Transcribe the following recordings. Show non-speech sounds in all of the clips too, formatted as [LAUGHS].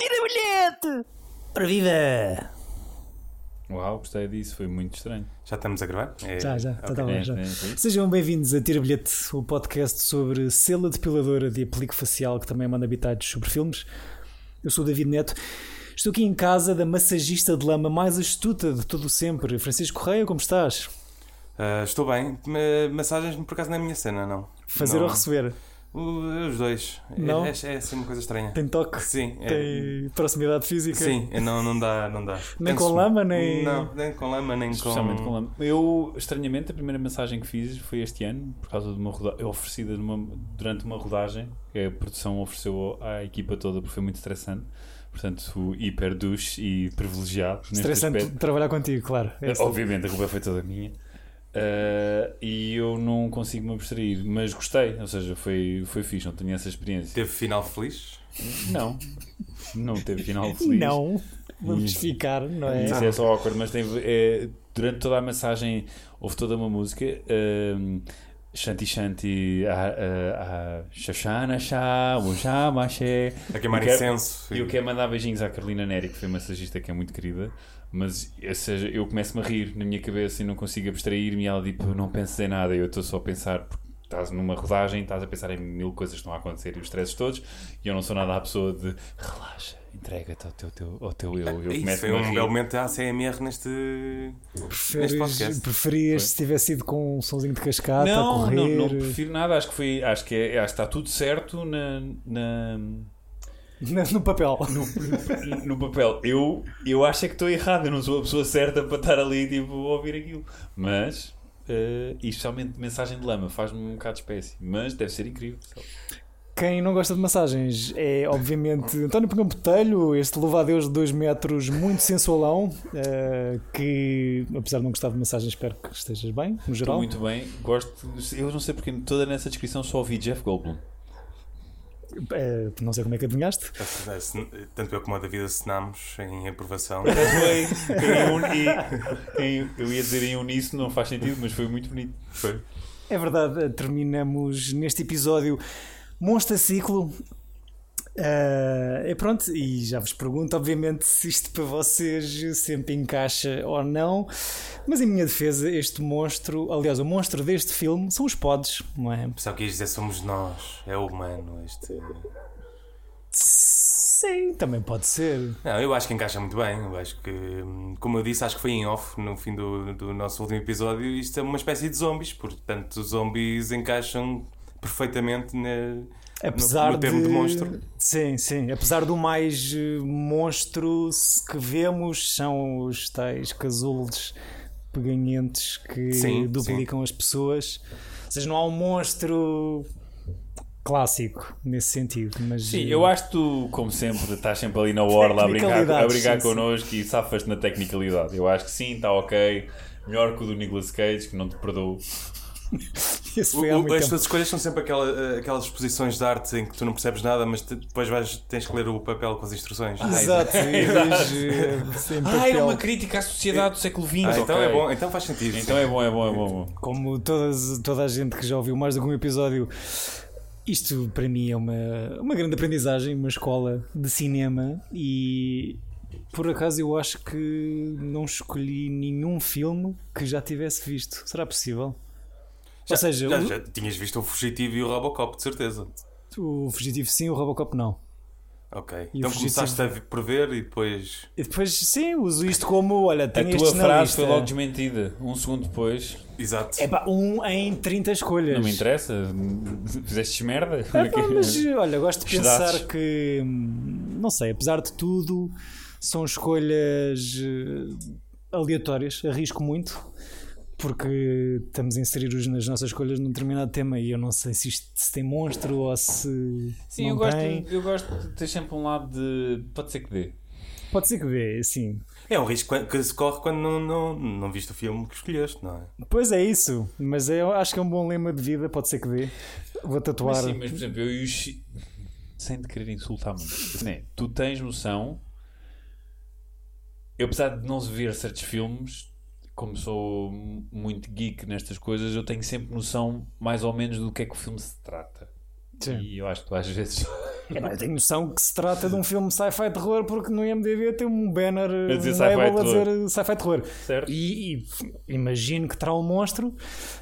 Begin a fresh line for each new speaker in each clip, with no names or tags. Tira o bilhete! Para viva!
Uau, gostei disso, foi muito estranho.
Já estamos a gravar? É-
Já, já,
ok.
está tá bem, já.
É, é, sim.
Sejam bem-vindos a Tira Bilhete, o podcast sobre sela depiladora de aplique facial que também manda habitados sobre filmes. Eu sou o David Neto. Estou aqui em casa da massagista de lama mais astuta de todo o sempre, Francisco Correia, como estás?
Ah, estou bem. Ma- Massagens por acaso não é a minha cena, não.
Fazer
Não.
ou receber?
O- Os dois. É-
Não?
É, é assim uma coisa estranha.
Tem toque?
Sim, é-
Tem proximidade física?
Sim, é, não, não dá, não dá.
Nem
Tem-se-
com lama, nem-
Não, nem com lama, nem com.
Especialmente com lama. Eu, estranhamente, a primeira mensagem que fiz foi este ano, por causa de uma rodagem oferecida numa- durante uma rodagem, que a produção ofereceu à equipa toda porque foi muito estressante. Portanto, o hiper duche e privilegiado neste
Estressante
aspecto.
trabalhar contigo, claro. É
Eh,
isso.
Obviamente, a culpa foi toda minha. Eh, e eu não consigo me abstrair, mas gostei, ou seja, foi, foi fixe, não tinha essa experiência.
Teve final feliz?
Não, não teve final feliz.
Não, vamos
Hum.
ficar, não é?
Isso é só awkward, mas tem, é, durante toda a massagem houve toda uma música. hum, Shanti Shanti, ah, a Shashana Shá, Mujamaché.
A queimar
Eu quero-
incenso.
é- E eu quero mandar beijinhos à Carolina Neri, que foi massagista que é muito querida, mas ou seja, eu começo-me a rir na minha cabeça e não consigo abstrair-me. E ela tipo, não penses em nada, eu estou só a pensar, porque estás numa rodagem, estás a pensar em mil coisas que estão a acontecer e os estresses todos, e eu não sou nada a pessoa de relaxa, entrega-te ao teu, teu- ao teu eu. Eu
Isso
começo
foi
a
um
rir.
belo momento da ACMR neste.
Preferes-
Neste podcast.
preferias se tivesse sido com um sonzinho de cascata a
não,
correr? [LAUGHS]
não, não prefiro nada. Acho que foi, acho que, é, acho que está tudo certo na, na-
No- No papel.
no, no papel. Eu, eu acho é que estou errado. Eu não sou a pessoa certa para estar ali tipo a ouvir aquilo. Mas eh, e especialmente mensagem de lama faz-me um bocado de espécie. Mas deve ser incrível.
Quem não gosta de massagens é, obviamente, António Pagão Botelho, este louva-a-Deus de 2 metros, muito sensualão, eh, que, apesar de não gostar de massagens, espero que estejas bem, no
Estou
geral.
muito bem. Gosto. Eu não sei porque toda nessa descrição só ouvi Jeff Goldblum.
Eh, não sei como é que adivinhaste.
Tanto eu como a David assinámos
[LAUGHS]
em aprovação.
Em un- e- em- eu ia dizer em uníssono, não faz sentido, mas foi muito bonito.
Foi.
É verdade, terminamos neste episódio Monstaciclo. Ah, é pronto, e já vos pergunto, obviamente, se isto para vocês sempre encaixa ou não. Mas em minha defesa, este monstro, aliás, o monstro deste filme são os pods, não é?
Sabe o que ias dizer? Somos nós. É humano este.
Sim, também pode ser.
Não, eu acho que encaixa muito bem. Eu acho que, hum, como eu disse, acho que foi em off no fim do, do nosso último episódio. Isto é uma espécie de zombies, portanto, os zombies encaixam perfeitamente na,
É, Apesar
no, no termo de... monstro.
Sim, sim. Apesar do mais eh, monstro se- que vemos são os tais casulos peganhentes que
Sim,
duplicam as pessoas. Ou seja, não há um monstro clássico nesse sentido. Mas,
Sim,
eh,
eu acho que tu, como sempre, estás sempre ali na orla a brincar, a
Tecnicalidades,
brincar
sim,
connosco e safas-te na tecnicalidade. Eu acho que sim, está ok. Melhor que o do Nicolas Cage, que não te perdoo.
[LAUGHS] esse
O-
foi há
o-
muito
as
tempo.
tuas escolhas são sempre aquela- eh, aquelas exposições de arte em que tu não percebes nada, mas te- depois vais, tens que ler o papel com as instruções.
Ah,
[LAUGHS]
Exato, e depois, eh, sem papel.
crítica à sociedade do século XX.
Ah, então é bom, então faz sentido.
Então é bom, é bom, é bom. é bom.
Como todas, toda a gente que já ouviu mais de algum episódio, isto para mim é uma, uma grande aprendizagem, uma escola de cinema. E por acaso eu acho que não escolhi nenhum filme que já tivesse visto. Será possível? Ou seja,
já,
o-
já tinhas visto o Fugitivo e o Robocop, de certeza.
O, Fugitivo sim, o Robocop não.
Ok.
E o
então
Fugitivo-
começaste a vi- prever e depois.
E depois sim, uso isto como: olha,
A
tenho
tua
estes na
frase
lista.
foi logo desmentida. Um segundo depois.
Exato.
Epá, um em 30 escolhas.
Não me interessa. [LAUGHS] Fizeste merda.
Ah, pá,
[LAUGHS]
mas olha, gosto de
Pedaços.
pensar que, hum, não sei, apesar de tudo, são escolhas eh, aleatórias, arrisco muito, porque estamos a inserir os- nas nossas escolhas num determinado tema e eu não sei se isto se tem monstro ou se
Sim,
não
eu gosto,
tem.
eu gosto de ter sempre um lado de. Pode ser que dê.
Pode ser que dê, sim.
É um risco que se corre quando não, não, não viste o filme que escolheste, não é?
Pois é isso, mas eu acho que é um bom lema de vida, pode ser que dê. Vou tatuar.
Mas sim, mas por exemplo, eu e o Chi- Sem te querer insultar muito. Né? Tu tens noção. Eu, apesar de não ver certos filmes, como sou m- muito geek nestas coisas, eu tenho sempre noção mais ou menos do que é que o filme se trata.
Sim.
E eu acho que tu às vezes [LAUGHS]
É, pá, eu tenho noção que se trata de um filme sci-fi terror porque no IMDb tem um banner
A dizer
um
sci-fi
label a
terror.
dizer sci-fi terror.
Certo.
E, e imagino que terá um monstro.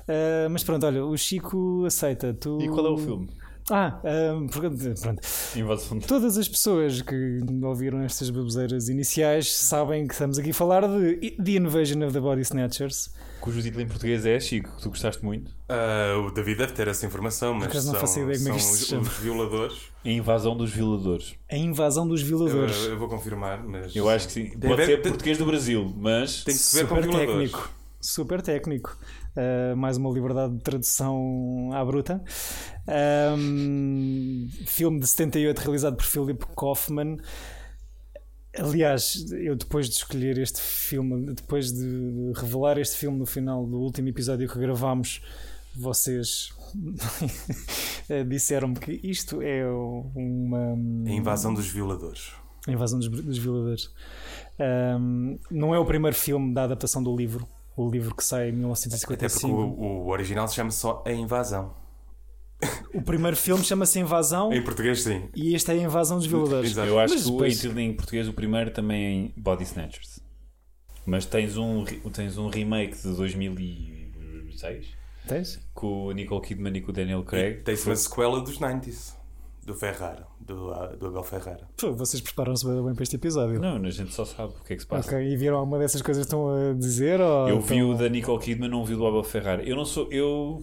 Ah, mas pronto, olha, o Chico aceita. Tu...
E qual é o filme?
Ah, ah, porque- pronto.
Invasão de...
Todas as pessoas que ouviram estas baboseiras iniciais sabem que estamos aqui a falar de The Invasion of the Body Snatchers.
Cujo título em português é Chico, que tu gostaste muito.
Ah, o David deve ter essa informação, mas
acaso não
são,
faço ideia como é
são
que isto se
os,
chama. [LAUGHS]
os violadores.
A invasão dos violadores.
A invasão dos
Eu,
violadores.
eu vou confirmar, mas.
Eu acho que sim.
Tem a
Pode
ver-
ser
tem-
português do Brasil, mas.
Tem que se ver com
Super
violadores.
técnico. Super técnico. Uh, mais uma liberdade de tradução à bruta. Um, filme de 78 realizado por Philip Kaufman. Aliás, eu depois de escolher este filme, depois de revelar este filme no final do último episódio que gravámos, vocês [LAUGHS] eh, disseram-me que isto é uma,
A invasão dos violadores.
a invasão dos, dos violadores. Ahm, não é o primeiro filme da adaptação do livro. O livro que sai em
Até porque
1955.
o, o original se chama só A Invasão.
o... primeiro filme chama-se Invasão
Em português, sim.
e este é a Invasão dos Violadores.
Exato.
Eu acho
Mas
que o
depois-
em título em português o primeiro também é em Body Snatchers. Mas tens um, re- tens um remake de 2006
Tens?
com o Nicole Kidman e com o Daniel Craig.
Tem-se uma sequela dos 90s. Do Ferrara. Do, do Abel Ferrara.
Pô, vocês preparam-se bem bem para este episódio.
Não, a gente só sabe o que é que se passa.
Ok, Ah, então- e viram alguma dessas coisas que estão a dizer? Ou
Eu vi
estão-
o da Nicole Kidman, não vi o do Abel Ferrara. Eu não sou. Eu.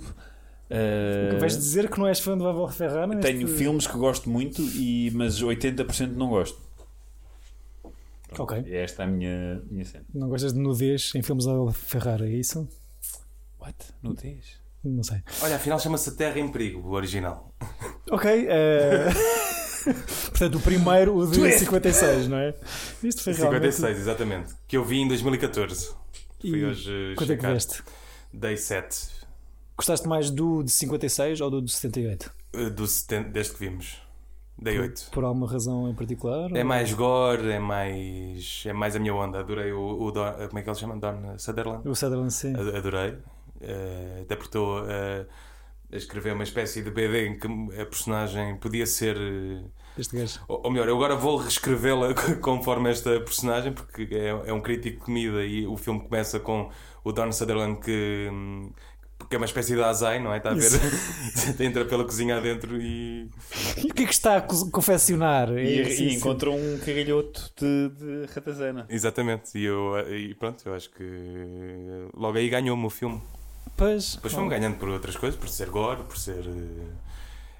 ah,
Vais dizer que não és fã do Abel Ferrara? neste-
eh, tenho filmes que gosto muito, e, mas 80% não gosto.
Ok.
Esta é a minha, minha cena.
Não gostas de nudez em filmes do Abel Ferrara, é isso?
What? Nudez?
Não sei.
Olha, afinal chama-se Terra em Perigo, o original.
Ok. eh, Portanto, o primeiro, o de 56, não é? Isto foi realmente...
56, exatamente. Que eu vi em 2014. Fui
E
hoje
Quanto é que
checar.
deste?
Dei 7.
Gostaste mais do de 56 ou do de 78?
eh, Do 70, deste que vimos.
Hum.
Dei 8.
Por alguma razão em particular?
É mais gore, é mais. É mais a minha onda. Adorei o. o Don- como é que ele se chama? Don Sutherland?
O Sutherland, sim.
Ad- Adorei. Eh, até porque estou eh, a escrever uma espécie de BD em que a personagem podia ser. eh,
Este
[LAUGHS]
gajo.
ou, ou melhor, eu agora vou reescrevê-la [LAUGHS] conforme esta personagem, porque é, é um crítico de comida e o filme começa com o Don Sutherland que. hum, que é uma espécie de azai, não é? Está a ver? [LAUGHS] Entra pela cozinha adentro e.
E o que é que está a co- confeccionar? É
E,
isso,
e
isso.
encontrou um cagalhoto de, de ratazana.
Exatamente. E, eu, e pronto, eu acho que. Logo aí ganhou-me o filme.
Pois,
Depois fomos ganhando por outras coisas, por ser gore, por ser. eh,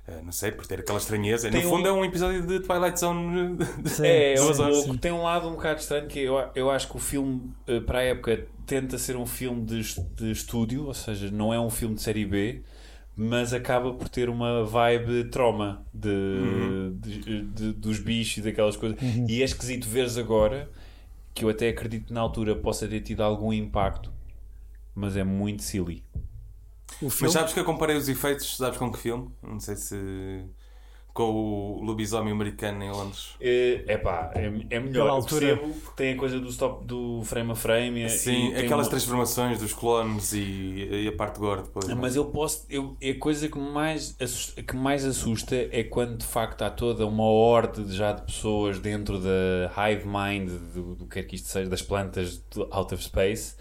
eh, não sei, por ter aquela estranheza.
Tem
no
um-
fundo é um episódio de Twilight Zone. [LAUGHS]
Sim,
É, é
sim,
um
sim.
pouco. Tem um lado um bocado estranho que eu, eu acho que o filme, eh, para a época, tenta ser um filme de, est- de estúdio, ou seja, não é um filme de série B, mas acaba por ter uma vibe trauma de, de- de- dos bichos e daquelas coisas.
Uhum.
E é esquisito veres agora, que eu até acredito que na altura possa ter tido algum impacto, mas é muito silly.
O filme?
Mas sabes que eu comparei os efeitos, sabes com que filme? Não sei se. Com o lobisomem americano em Londres.
É pá, é, é melhor.
Pela
Eu
altura.
percebo que tem a coisa do stop do frame a frame. e-
Sim,
É, e tem um-
aquelas
uma-
transformações dos clones e, e a parte gore depois. não é?
Mas eu posso. Eu, é a coisa que mais, assusta, que mais assusta é quando de facto há toda uma horde de- já de pessoas dentro da hive mind, do, do que é que isto seja, das plantas do out of space.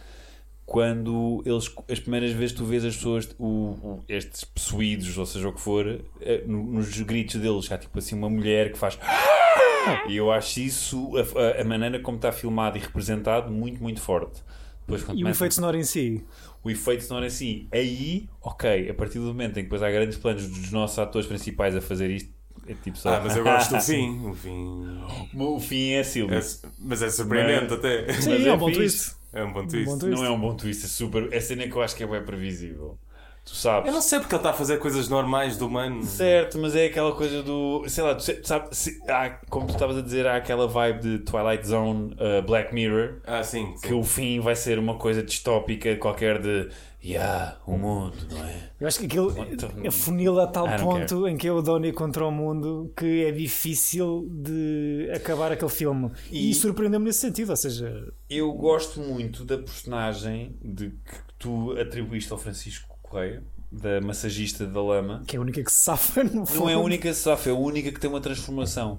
Quando eles, as primeiras vezes tu vês as pessoas, o, o- estes possuídos, ou seja o que for, eh, no- nos gritos deles, há tipo assim uma mulher que faz. [LAUGHS] E eu acho isso, a, a- a maneira como está filmado e representado, muito, muito forte. Depois, quando
E o
começa-
efeito sonoro em si?
o efeito sonoro em si. Aí, ok, a partir do momento em que depois há grandes planos dos nossos atores principais a fazer isto, é tipo só.
Ah, mas eu gosto do fim. O fim.
[LAUGHS] o fim é Silvio.
é su- mas é surpreendente
Mas-
até. [LAUGHS]
Sim,
Mas
é,
é
um bom
fixe.
twist.
É um bom twist.
bom twist.
Não é um bom twist, é super. É a cena que eu acho que é bem previsível. Tu sabes.
Eu não sei porque ele está a fazer coisas normais do humano.
Certo, mas é aquela coisa do. Sei lá, tu se- sabe, se- há- como tu estavas a dizer, há aquela vibe de Twilight Zone, uh, Black Mirror,
Ah, sim.
que o fim vai ser uma coisa distópica qualquer de. Yeah, o mundo, não é?
Eu acho que aquilo
Muito-
afunila a tal
I don't
ponto em que é o Donnie contra o mundo que é difícil de acabar aquele filme. E,
E-
surpreendeu-me nesse sentido, ou seja,
Eu gosto muito da personagem de que tu atribuíste ao Francisco Correia, da massagista da lama.
que é a única que se safa [LAUGHS] no
Não
filme.
é a única que se safa, é a única que tem uma transformação.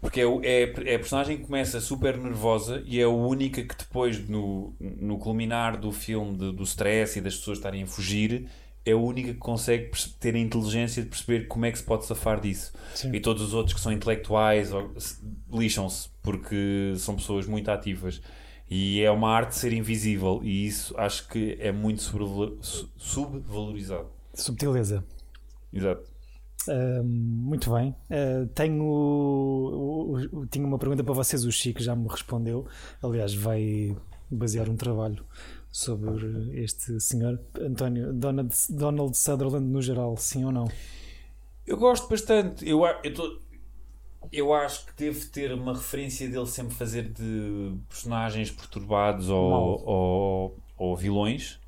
Porque é, o- é, é a personagem que começa super nervosa e é a única que depois, no, no culminar do filme, de- do stress e das pessoas estarem a fugir, é a única que consegue perce- ter a inteligência de perceber como é que se pode safar disso.
Sim.
E todos os outros que são intelectuais ou- se- lixam-se porque são pessoas muito ativas. E é uma arte ser invisível e isso acho que é muito sobrevalor- su- subvalorizado.
Subtileza.
Exato.
Ahm, muito bem. Ah, tenho, o- o- o- tinha uma pergunta para vocês, o Chico já me respondeu. Aliás, vai basear um trabalho sobre este senhor António Donald, Donald Sutherland no geral, sim ou não?
Eu gosto bastante. Eu, a- eu, tô- eu acho que devo ter uma referência dele sempre fazer de personagens perturbados ou,
Mal.
ou, ou vilões.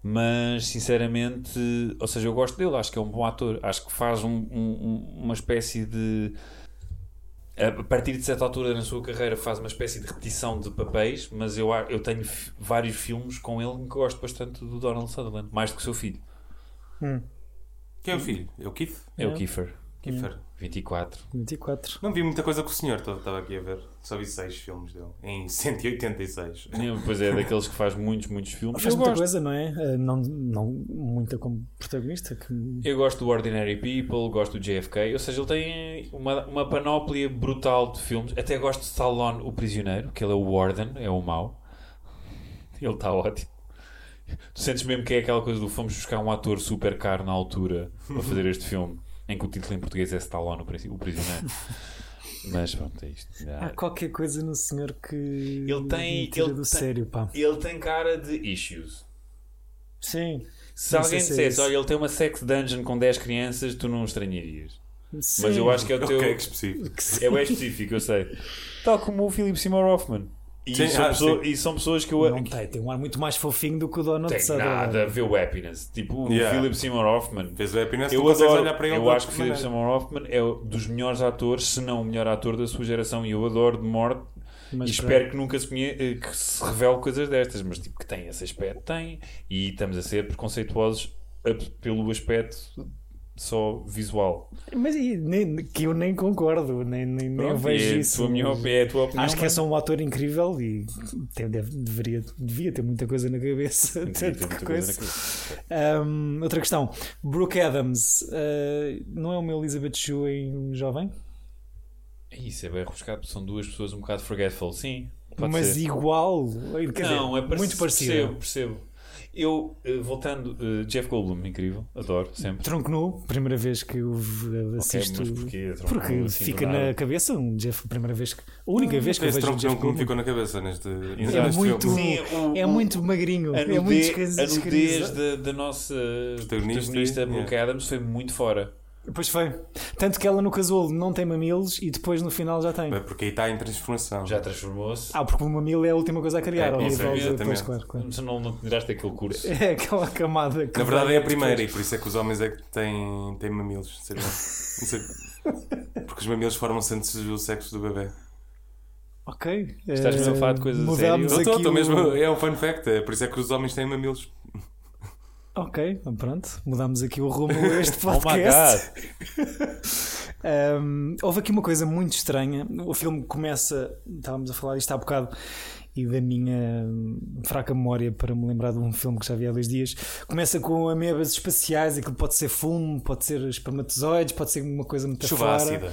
Mas, sinceramente, ou seja, eu gosto dele. Acho que é um bom ator. Acho que faz um- um- um- uma espécie de. A partir de certa altura na sua carreira faz uma espécie de repetição de papéis, mas eu, a- eu tenho fi- vários filmes com ele em que gosto bastante do Donald Sutherland, mais do que o seu filho.
Quem é o filho? É o Keith?
É o
É.
Kiefer,
Kiefer.
24.
24.
Não vi muita coisa com o senhor, estava aqui a ver. Só vi seis filmes dele. Em [LAUGHS] 186.
Sim, Pois é, daqueles que faz muitos, muitos filmes.
Faz
Eu
muita
gosto.
coisa, não é? Ah, não, não muita como protagonista. que-
Eu gosto do Ordinary People, gosto do JFK, ou seja, ele tem uma, uma panóplia brutal de filmes. Até gosto de Stallone, o prisioneiro, que ele é o Warden, é o mau. Ele está ótimo. Tu sentes mesmo que é aquela coisa do fomos buscar um ator super caro na altura para fazer este filme, em que o título em português é Stallone, o prisi- o prisioneiro. Mas pronto, é isto.
Há qualquer coisa no senhor que
Ele tem-
me tira
ele
do
tem-
sério, pá.
Ele tem cara de issues.
Sim,
Se
Não sei
alguém
se é
dissesse,
isso.
olha, ele tem uma sex dungeon com 10 crianças, tu não estranharias.
sim.
Mas eu acho que é o
Ok,
teu.
que específico.
É bem específico, eu sei. Tal como o Philip Seymour Hoffman. E,
Sim,
são,
ah,
pessoa-
sim.
e são pessoas que eu.
Não
que
tem, tem um ar muito mais fofinho do que o Donald
tem
Sutherland.
nada a ver o Happiness. Tipo, o
Yeah.
Philip Seymour Hoffman.
Vês o happiness, tu
Eu
consegues
adoro.
olhar para ele. de
Eu
outra
acho que o Philip
maneira.
Seymour Hoffman é um dos melhores atores, se não o melhor ator da sua geração. E eu adoro de morte.
Mas
e
para-
espero que nunca se, conhe... eh, que se revele coisas destas. Mas, tipo, que tem esse aspecto, tem. E estamos a ser preconceituosos ab- pelo aspecto só visual.
Mas e nem- que eu nem concordo, nem, nem, nem
Pronto,
vejo
é, a
isso.
tua minha op- é a tua opinião.
Acho que é
mas-
só um ator incrível e tem- deve- deveria, devia ter muita coisa na cabeça.
Tem
tanto
muita
que
coisa
coisa.
naquilo.
Ahm, outra questão: Brooke Adams, ah, não é uma Elizabeth Shue em jovem?
Isso é bem arriscado, são duas pessoas um bocado forgetful, sim. Pode
mas
ser.
igual, quer
não,
dizer,
é parecido.
muito parecido.
Percebo, percebo. Eu, eh, voltando, eh, Jeff Goldblum, incrível, adoro, sempre.
Tronco nu, primeira vez que eu v-
Ok,
assisto.
mas porquê? Tronco
porque
nu, assim,
fica
do nada.
na cabeça um Jeff, a primeira vez que. A única vez que eu
Esse
vejo o
tronco
Jeff
não
Goldblum.
me ficou na cabeça neste, neste
É
Exato.
filme.
muito,
Sim, o-
é
o-
muito magrinho.
A
é muito
nudez,
escas-
a nudez
escandalizado.
da, da nossa
Protagonista,
protagonista,
yeah.
Brooke Adams, foi muito fora.
Pois foi. Tanto que ela no casulo não tem mamilos e depois no final já tem.
Mas É Porque aí está em transformação.
Já transformou-se.
Ah, porque o mamilo é a última coisa a criar.
É,
ao
com
nível de-
certeza,
pois,
exatamente.
claro, claro.
Tu não, não tiraste aquele curso.
É aquela camada que
Na verdade
vai
é a primeira,
depois.
e por isso é que os homens é que têm, têm mamilos. sei lá.
[LAUGHS]
Não sei. Porque os mamilos formam-se antes do sexo do bebê.
Ok.
Estás mesmo a falar de coisas a
mudámos aqui
sério?
Estou, estou
o-
mesmo, é um fun fact, é por isso é que os homens têm mamilos.
Ok, então pronto. Mudámos aqui o rumo a
[LAUGHS]
este
Oh my
podcast.
god!
Um, houve aqui uma coisa muito estranha. O filme começa, estávamos a falar disto há bocado, e da minha hum, fraca memória para me lembrar de um filme que já vi há dois dias. Começa com amebas espaciais, aquilo pode ser fumo, pode ser espermatozoides, pode ser uma coisa muito
Chuva
afora.
ácida.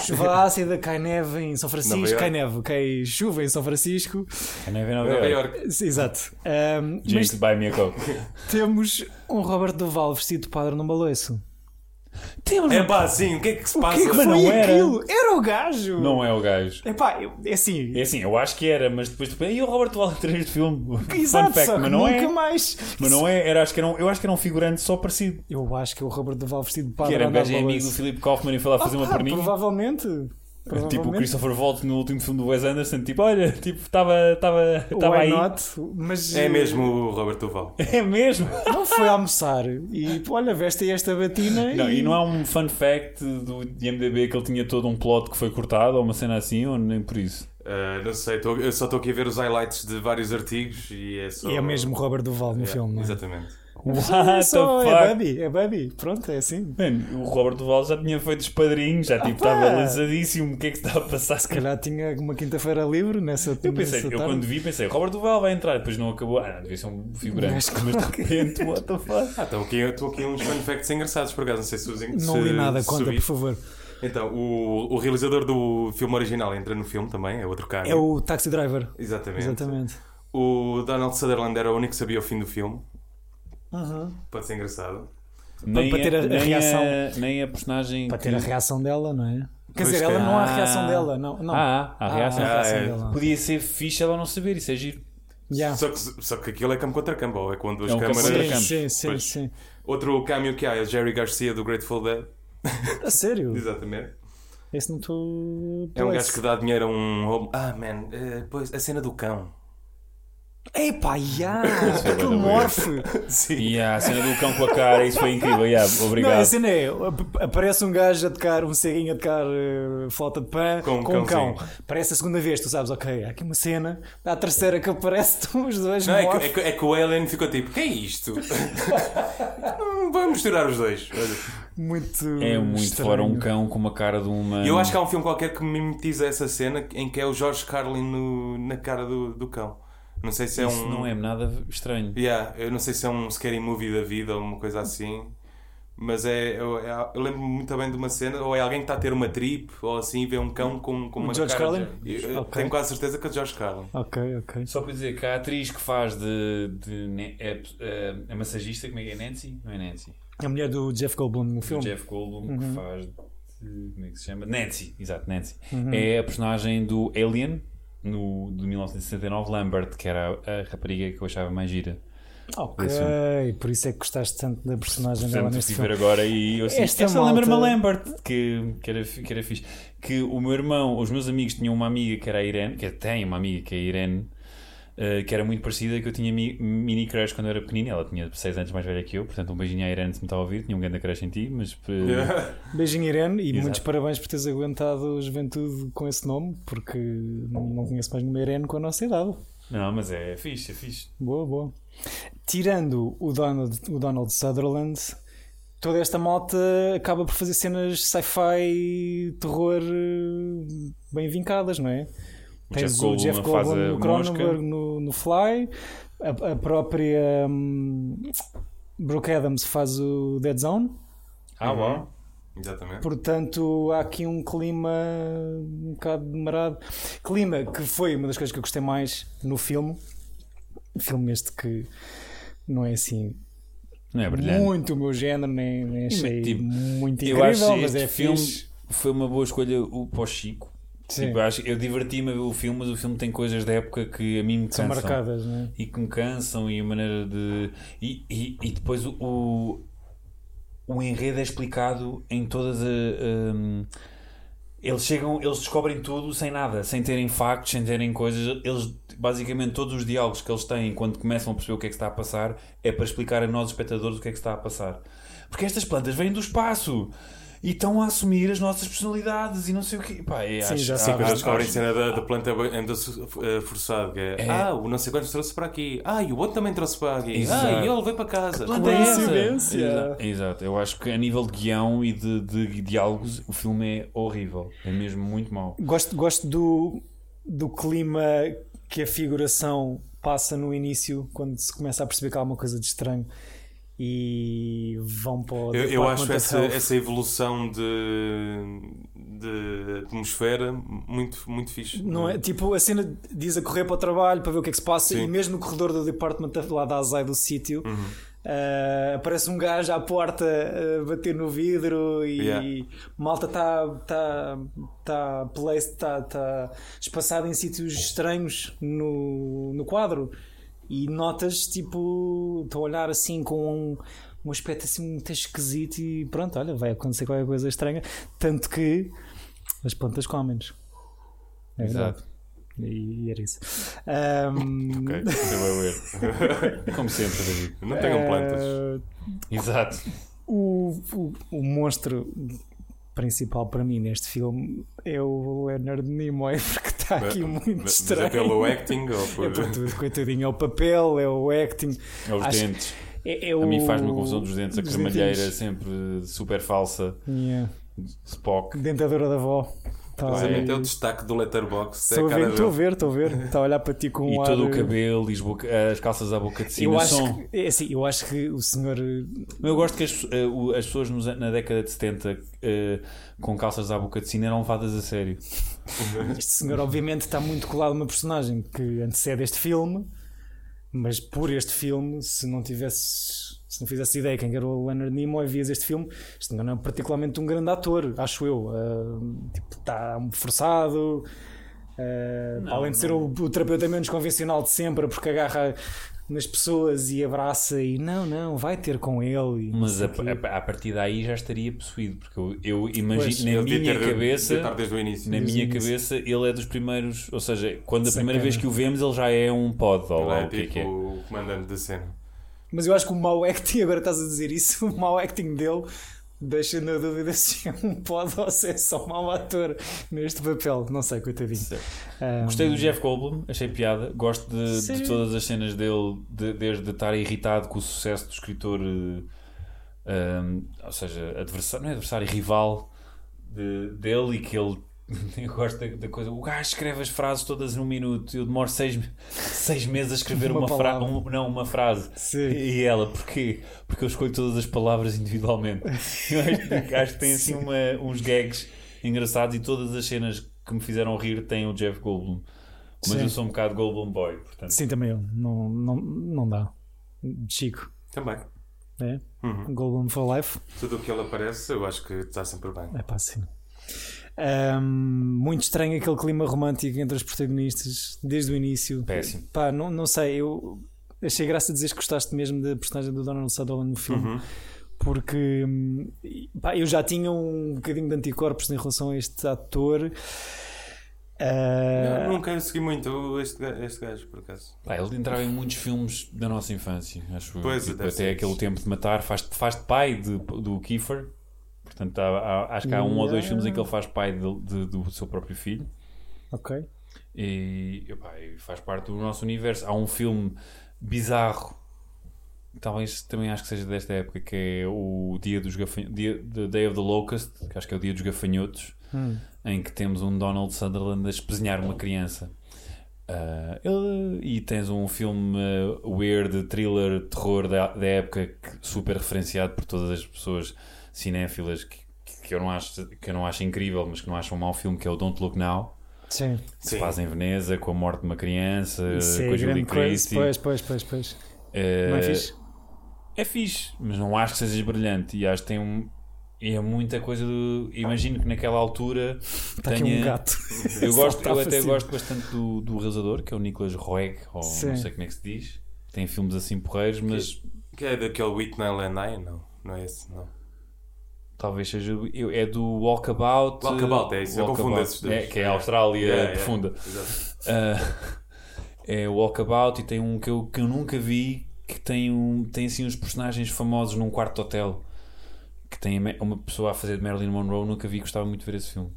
Chuva ácida, cai neve em São
Nova
Francisco,
Iorque.
cai neve, cai chuva em São Francisco.
É Nova Nova
Nova
York.
Iorque.
Sim, Exato. Um, mas
Jinx, buy me a coke.
temos um Robert Duval vestido de padre num baloiço. Temos
É pá, sim, o que é que se
O
passa?
que é que foi
Mas
não era.
aquilo? Era o gajo!
Não é o gajo.
Epá, eu- é assim.
É assim, eu acho que era, mas depois de repente. E o Robert Waller traz este filme? [LAUGHS]
Exato,
Fun fact,
só que
mas não
nunca
é.
mais.
Mas não é, era, acho que era um, eu acho que era um figurante só parecido.
Eu acho que é o Robert Duval vestido de padre
que era um
andava
gajo é amigo
balanço.
do Philip Kaufman e foi lá fazer
Ah,
uma
pá,
perninha.
Provavelmente.
Tipo o
provavelmente.
Christopher Waltz no último filme do Wes Anderson, tipo, olha, tipo, estava estava estava
Why
aí.
not? Mas,
É mesmo o Robert Duval.
[LAUGHS]
[LAUGHS]
É mesmo.
Não foi almoçar e pô, olha, veste aí esta batina
Não,
e...
e não há um fun fact do IMDB que ele tinha todo um plot que foi cortado ou uma cena assim, ou nem por isso.
Ah, não sei, tô- eu só estou aqui a ver os highlights de vários artigos e é só.
E é o mesmo Robert Duval no
Yeah,
filme. não é?
Exatamente.
É
What
só-
the
é
fuck?
Bubby, é Bubby. Pronto, é assim.
Mano, o Robert Duval já tinha feito os padrinhos, já tipo,
pá!
estava lançadíssimo, o que é que está a passar? Se
Se
calhar.
calhar tinha uma quinta-feira livre nessa
Eu pensei,
nessa
eu
tarde.
quando vi pensei, Robert Duval vai entrar, depois não acabou, ah, não, devia ser um figurante,
Mas
mas,
como é que-
de repente, what the fuck?
Ah, estou aqui, estou aqui uns fun facts engraçados, por acaso. Não sei se os
Não li nada, conta, por favor.
Então, o, o realizador do filme original entra no filme também, é outro cara.
É o Taxi Driver.
É,
Exatamente.
Exatamente.
O Donald Sutherland era o único que sabia o fim do filme. Pode ser engraçado.
Nem
para ter a- a
nem
reação.
nem a personagem.
Para ter
que-
a reação dela, não é? Quer
Pois
dizer,
que-
ela não há a
Ah.
reação dela. Não, não.
Ah, ah, a
Há
reação.
Ah, é.
dela.
Podia ser fixe ela não saber, isso é giro.
Yeah.
Só, que, só que aquilo é campo contra campo, ou é com duas
É um campo
câmaras.
contra
Sim,
campo.
sim, sim,
Pois.
sim.
Outro cameo que há é o Jerry Garcia do Grateful Dead.
A sério?
Exatamente.
Esse não estou.
Então
É um gajo que dá dinheiro a um home. Ah, man, eh, pois, a cena do cão.
Epá, já!
é
bué da
Aquele
weird.
morfe!
[LAUGHS] Sim.
E a cena do cão com a cara, isso foi incrível, yeah,
Não, a
obrigado.
cena é: ap- aparece um gajo a tocar, um ceguinho a tocar eh, flauta de pã
Com
com,
um
um cão.
cãozinho.
Aparece a segunda vez, tu sabes, ok, há aqui uma cena. Há a terceira que aparece, [LAUGHS] estão os dois
Não, é, que,
morfos.
é que- é que o Alien ficou tipo, que
[LAUGHS]
é isto? Hum, Vamos misturar os dois. Olha,
Muito.
É muito
estranho.
fora um cão com uma cara de uma.
E eu acho que há um filme qualquer que mimetiza essa cena em que é o George Carlin no- na cara do, do cão. Não sei se é
Isso
um.
não é nada estranho.
Yeah, eu não sei se é um scary movie da vida ou uma coisa assim, mas é, eu, é- eu lembro-me muito bem de uma cena, ou é alguém que está a ter uma trip, ou assim, e vê um cão com, com
O
uma
George
cara...
Carlin?
Eu- eu
Ok.
Tenho quase certeza que é o George Carlin.
Ok, ok.
Só para dizer que a atriz que faz de. de ne- é, é, a massagista, como é que é? Nancy? Não é Nancy?
A mulher do Jeff Goldblum no
O
filme.
Jeff Goldblum
Uhum.
que faz de. Como é que se chama? Nancy, exato, Nancy.
Uhum.
É a personagem do Alien, no, de 1969, Lambert, que era a, a rapariga que eu achava mais gira.
Ok,
Esse
por isso é que gostaste tanto da personagem dela
Portanto,
neste
fui ver
filme.
agora e eu assim,
Esta é
esta,
malta-
lembra-me a Lambert, que, que, era, fi- que era fixe. Que o meu irmão, os meus amigos tinham uma amiga que era a Irene, que tem uma amiga que é a Irene, eh, que era muito parecida, que eu tinha mi- mini crush quando eu era pequenino. Ela tinha 6 anos mais velha que eu, portanto um beijinho à Irene se me está a ouvir, tinha um grande crush em ti, mas... eh,
Beijinho, Irene, e
Exato.
muitos parabéns por teres aguentado a juventude com esse nome, porque não não conheço mais nenhuma Irene com a nossa idade.
Não, mas é fixe, é fixe.
Boa, boa. Tirando o Donald, o Donald Sutherland, toda esta malta acaba por fazer cenas sci-fi, terror eh, bem vincadas, não é?
O
Tens
Jeff
o
Goldblum
Jeff
a faz
Goldblum
a
no
mosca.
Cronenberg no, no Fly, a, a própria hum, Brooke Adams faz o Dead Zone. Uhum.
Uhum.
Ah, bom.
Exatamente.
Portanto, há aqui um clima um bocado demorado. Clima que foi uma das coisas que eu gostei mais no filme. Filme este que não é assim
Não é brilhante.
muito o meu género, nem, nem achei
tipo,
muito
eu acho
incrível,
que
mas
este
é
filme
fixe.
foi uma boa escolha o, para o Chico.
Sim.
Tipo, eu acho- eu diverti-me a ver o filme, mas o filme tem coisas da época que a mim me
São
cansam.
marcadas, não é?
e que me cansam e a maneira de. E, e, e depois o- o, o enredo é explicado em todas a. hum, eles chegam, eles descobrem tudo sem nada, sem terem factos, sem terem coisas. Eles basicamente todos os diálogos que eles têm quando começam a perceber o que é que está a passar é para explicar a nós espectadores o que é que está a passar. Porque estas plantas vêm do espaço e estão a assumir as nossas personalidades e não sei o quê. Pá, é,
Sim,
acho-
já
acho-
sei
Quando eles
acho-
descobrem a cena da, da planta andou-se eh, forçado, que é, Ah, o não sei quantos trouxe para aqui. Ah, e o outro também trouxe para aqui. Ah,
Exato.
e ele veio para casa.
Planta é essa?
Coincidência.
Exato, exato. eu acho que a nível de guião e de, de diálogos, o filme é horrível. É mesmo muito mau.
Gosto, gosto do, do clima que a figuração passa no início, quando se começa a perceber que há alguma coisa de estranho e vão para o
Eu, eu acho
Department of
essa,
Health.
essa evolução de, de atmosfera muito, muito fixe.
Não é? Tipo, a cena diz a correr para o trabalho para ver o que é que se passa
Sim. Uhum.
e mesmo no corredor do departamento lá da Azai do sítio ah, aparece um gajo à porta a bater no vidro e
Yeah.
malta está tá, tá, place- tá, tá espaçada em sítios estranhos no, no quadro e notas tipo estão a olhar assim com um, um aspecto assim muito esquisito e pronto, olha, vai acontecer qualquer coisa estranha, tanto que as plantas comem-nos. É verdade.
Exato.
E era
[LAUGHS]
isso. Ahm,
Ok, você vai ver. Como sempre,
[LAUGHS]
David.
Não tenham plantas.
eh,
Exato.
o, o, o monstro principal para mim neste filme é o Leonard Nimoy, [LAUGHS] porque está aqui muito
Mas
estranho.
É pelo acting
[LAUGHS]
ou
É
por.
por tudo, coitadinho. É o papel, é o acting.
É os
Acho-
dentes.
É, é
A mim
o-
faz-me a confusão dos dentes, a
dos
cremalheira
dentinhos.
sempre super falsa.
Yeah.
Spock.
Dentadura da avó. Tá
Mas
ali.
é até o destaque do letterbox. É
Estou
a
a ver,
cara
estou a
dele.
ver, estou a ver. Está a olhar para ti com um
E
ar...
todo o cabelo e as, boca- as calças à boca de
Eu
cima
acho,
são.
que, é assim, eu acho que o senhor
Mas Eu gosto que as, eh, o- as pessoas nos- na década de 70 eh, com calças à boca de sino eram levadas a sério.
Este senhor, obviamente, está muito colado a uma personagem que antecede este filme, mas por este filme, se não tivesse. Se não fizesse ideia quem era o Leonard Nimoy e vias este filme, este senhor não é particularmente um grande ator, acho eu. Ah, tipo, está forçado. ah, além de ser o, o terapeuta menos convencional de sempre, porque agarra nas pessoas e abraça e não, não, vai ter com ele. e não
Mas
sei
a,
o quê.
a, a partir daí já estaria possuído, porque eu, eu
Pois,
imagino, na
Ele devia
minha
ter- devia estar
cabeça,
desde o início.
na minha
início.
cabeça, ele é dos primeiros. Ou seja, quando a
Sacana.
primeira vez que o vemos, ele já é um pod, ou
Ele
lá
é
o que é
tipo
que é.
o comandante da cena.
Mas eu acho que o mau acting, [LAUGHS] agora estás a dizer isso, o mau acting dele deixa na dúvida [LAUGHS] se é um pod ou se é só um mau ator neste papel. Não sei, coitadinho.
Certo.
Ah,
Gostei do Jeff Goldblum, achei piada. Gosto de, de
Sim.
todas as cenas dele, de- desde estar irritado com o sucesso do escritor, eh, ahm, ou seja, adversário, não é adversário, é rival de- dele e que ele. [LAUGHS] Eu gosto da, da coisa. O gajo escreve as frases todas num minuto. Eu demoro seis, seis meses a escrever
Uma
uma, um frase.
palavra.
não, uma frase.
Sim.
E ela, porquê? Porque eu escolho todas as palavras individualmente.
[LAUGHS]
Eu acho, acho que tem assim uma- uns gags engraçados e todas as cenas que me fizeram rir têm o Jeff Goldblum. Mas
Sim.
eu sou um bocado Goldblum Boy, portanto.
Sim, também eu. Não, não, não dá. Chico,
Também.
é? Golden for Life.
Tudo o que ele aparece, eu acho que está sempre bem.
É pá, sim. Ahm, muito estranho aquele clima romântico entre os protagonistas desde o início.
Péssimo.
Pá, não, não sei, eu achei graça dizer que gostaste mesmo da personagem do Donald Sutherland no filme.
Uhum.
Porque hum, pá, eu já tinha um bocadinho de anticorpos em relação a este ator. Ah,
É.
Eu Nunca segui muito este, ga- este gajo, por acaso.
Pá, ele entrava em muitos filmes da nossa infância, acho eu.
Pois,
Tipo,
deve
até
ser
aquele
isso.
tempo de matar, faz, faz de pai de- do Kiefer. Portanto, há- há- acho que há um ou dois filmes em que ele faz pai de- de- do seu próprio filho.
Ok.
E epá, e faz parte do nosso universo. Há um filme bizarro, talvez também acho que seja desta época, que é o Dia dos Gafanhotos, The Day of the Locust, que acho que é o Dia dos Gafanhotos,
Hum,
em que temos um Donald Sutherland a espesinhar uma criança. Ah, ele- e tens um filme ah, weird, thriller, terror da, da época, que- super referenciado por todas as pessoas cinéfilas que, que, eu não acho, que eu não acho incrível, mas que não acham um mau filme, que é o Don't Look Now
Sim,
se
Sim.
faz em Veneza com a morte de uma criança,
isso
Ah, com
é
a Julie
grande coisa.
Christie.
Pois, pois, pois, pois.
Eh,
Não é fixe?
é fixe, mas não acho que seja brilhante. E acho que tem um. E é muita coisa do. Imagino que naquela
[LAUGHS]
altura
Está aqui
tenha.
um gato. [LAUGHS]
Eu, gosto, eu
Saltava
até
assim.
gosto bastante do, do realizador, que é o Nicolas Roeg, ou
Sim.
não sei como é que se diz. Tem filmes assim porreiros, mas
Que é daquele Whitney Lanai? Não, não é esse, não.
talvez seja. o- eu- É do Walkabout.
Walkabout, é isso, eu confundo esses dois.
É, que é a Austrália
Yeah, yeah.
profunda.
Exato.
Ah, [LAUGHS] é o Walkabout e tem um que eu, que eu nunca vi que tem, um, tem assim uns personagens famosos num quarto de hotel que tem me- uma pessoa a fazer de Marilyn Monroe nunca vi gostava muito de ver esse filme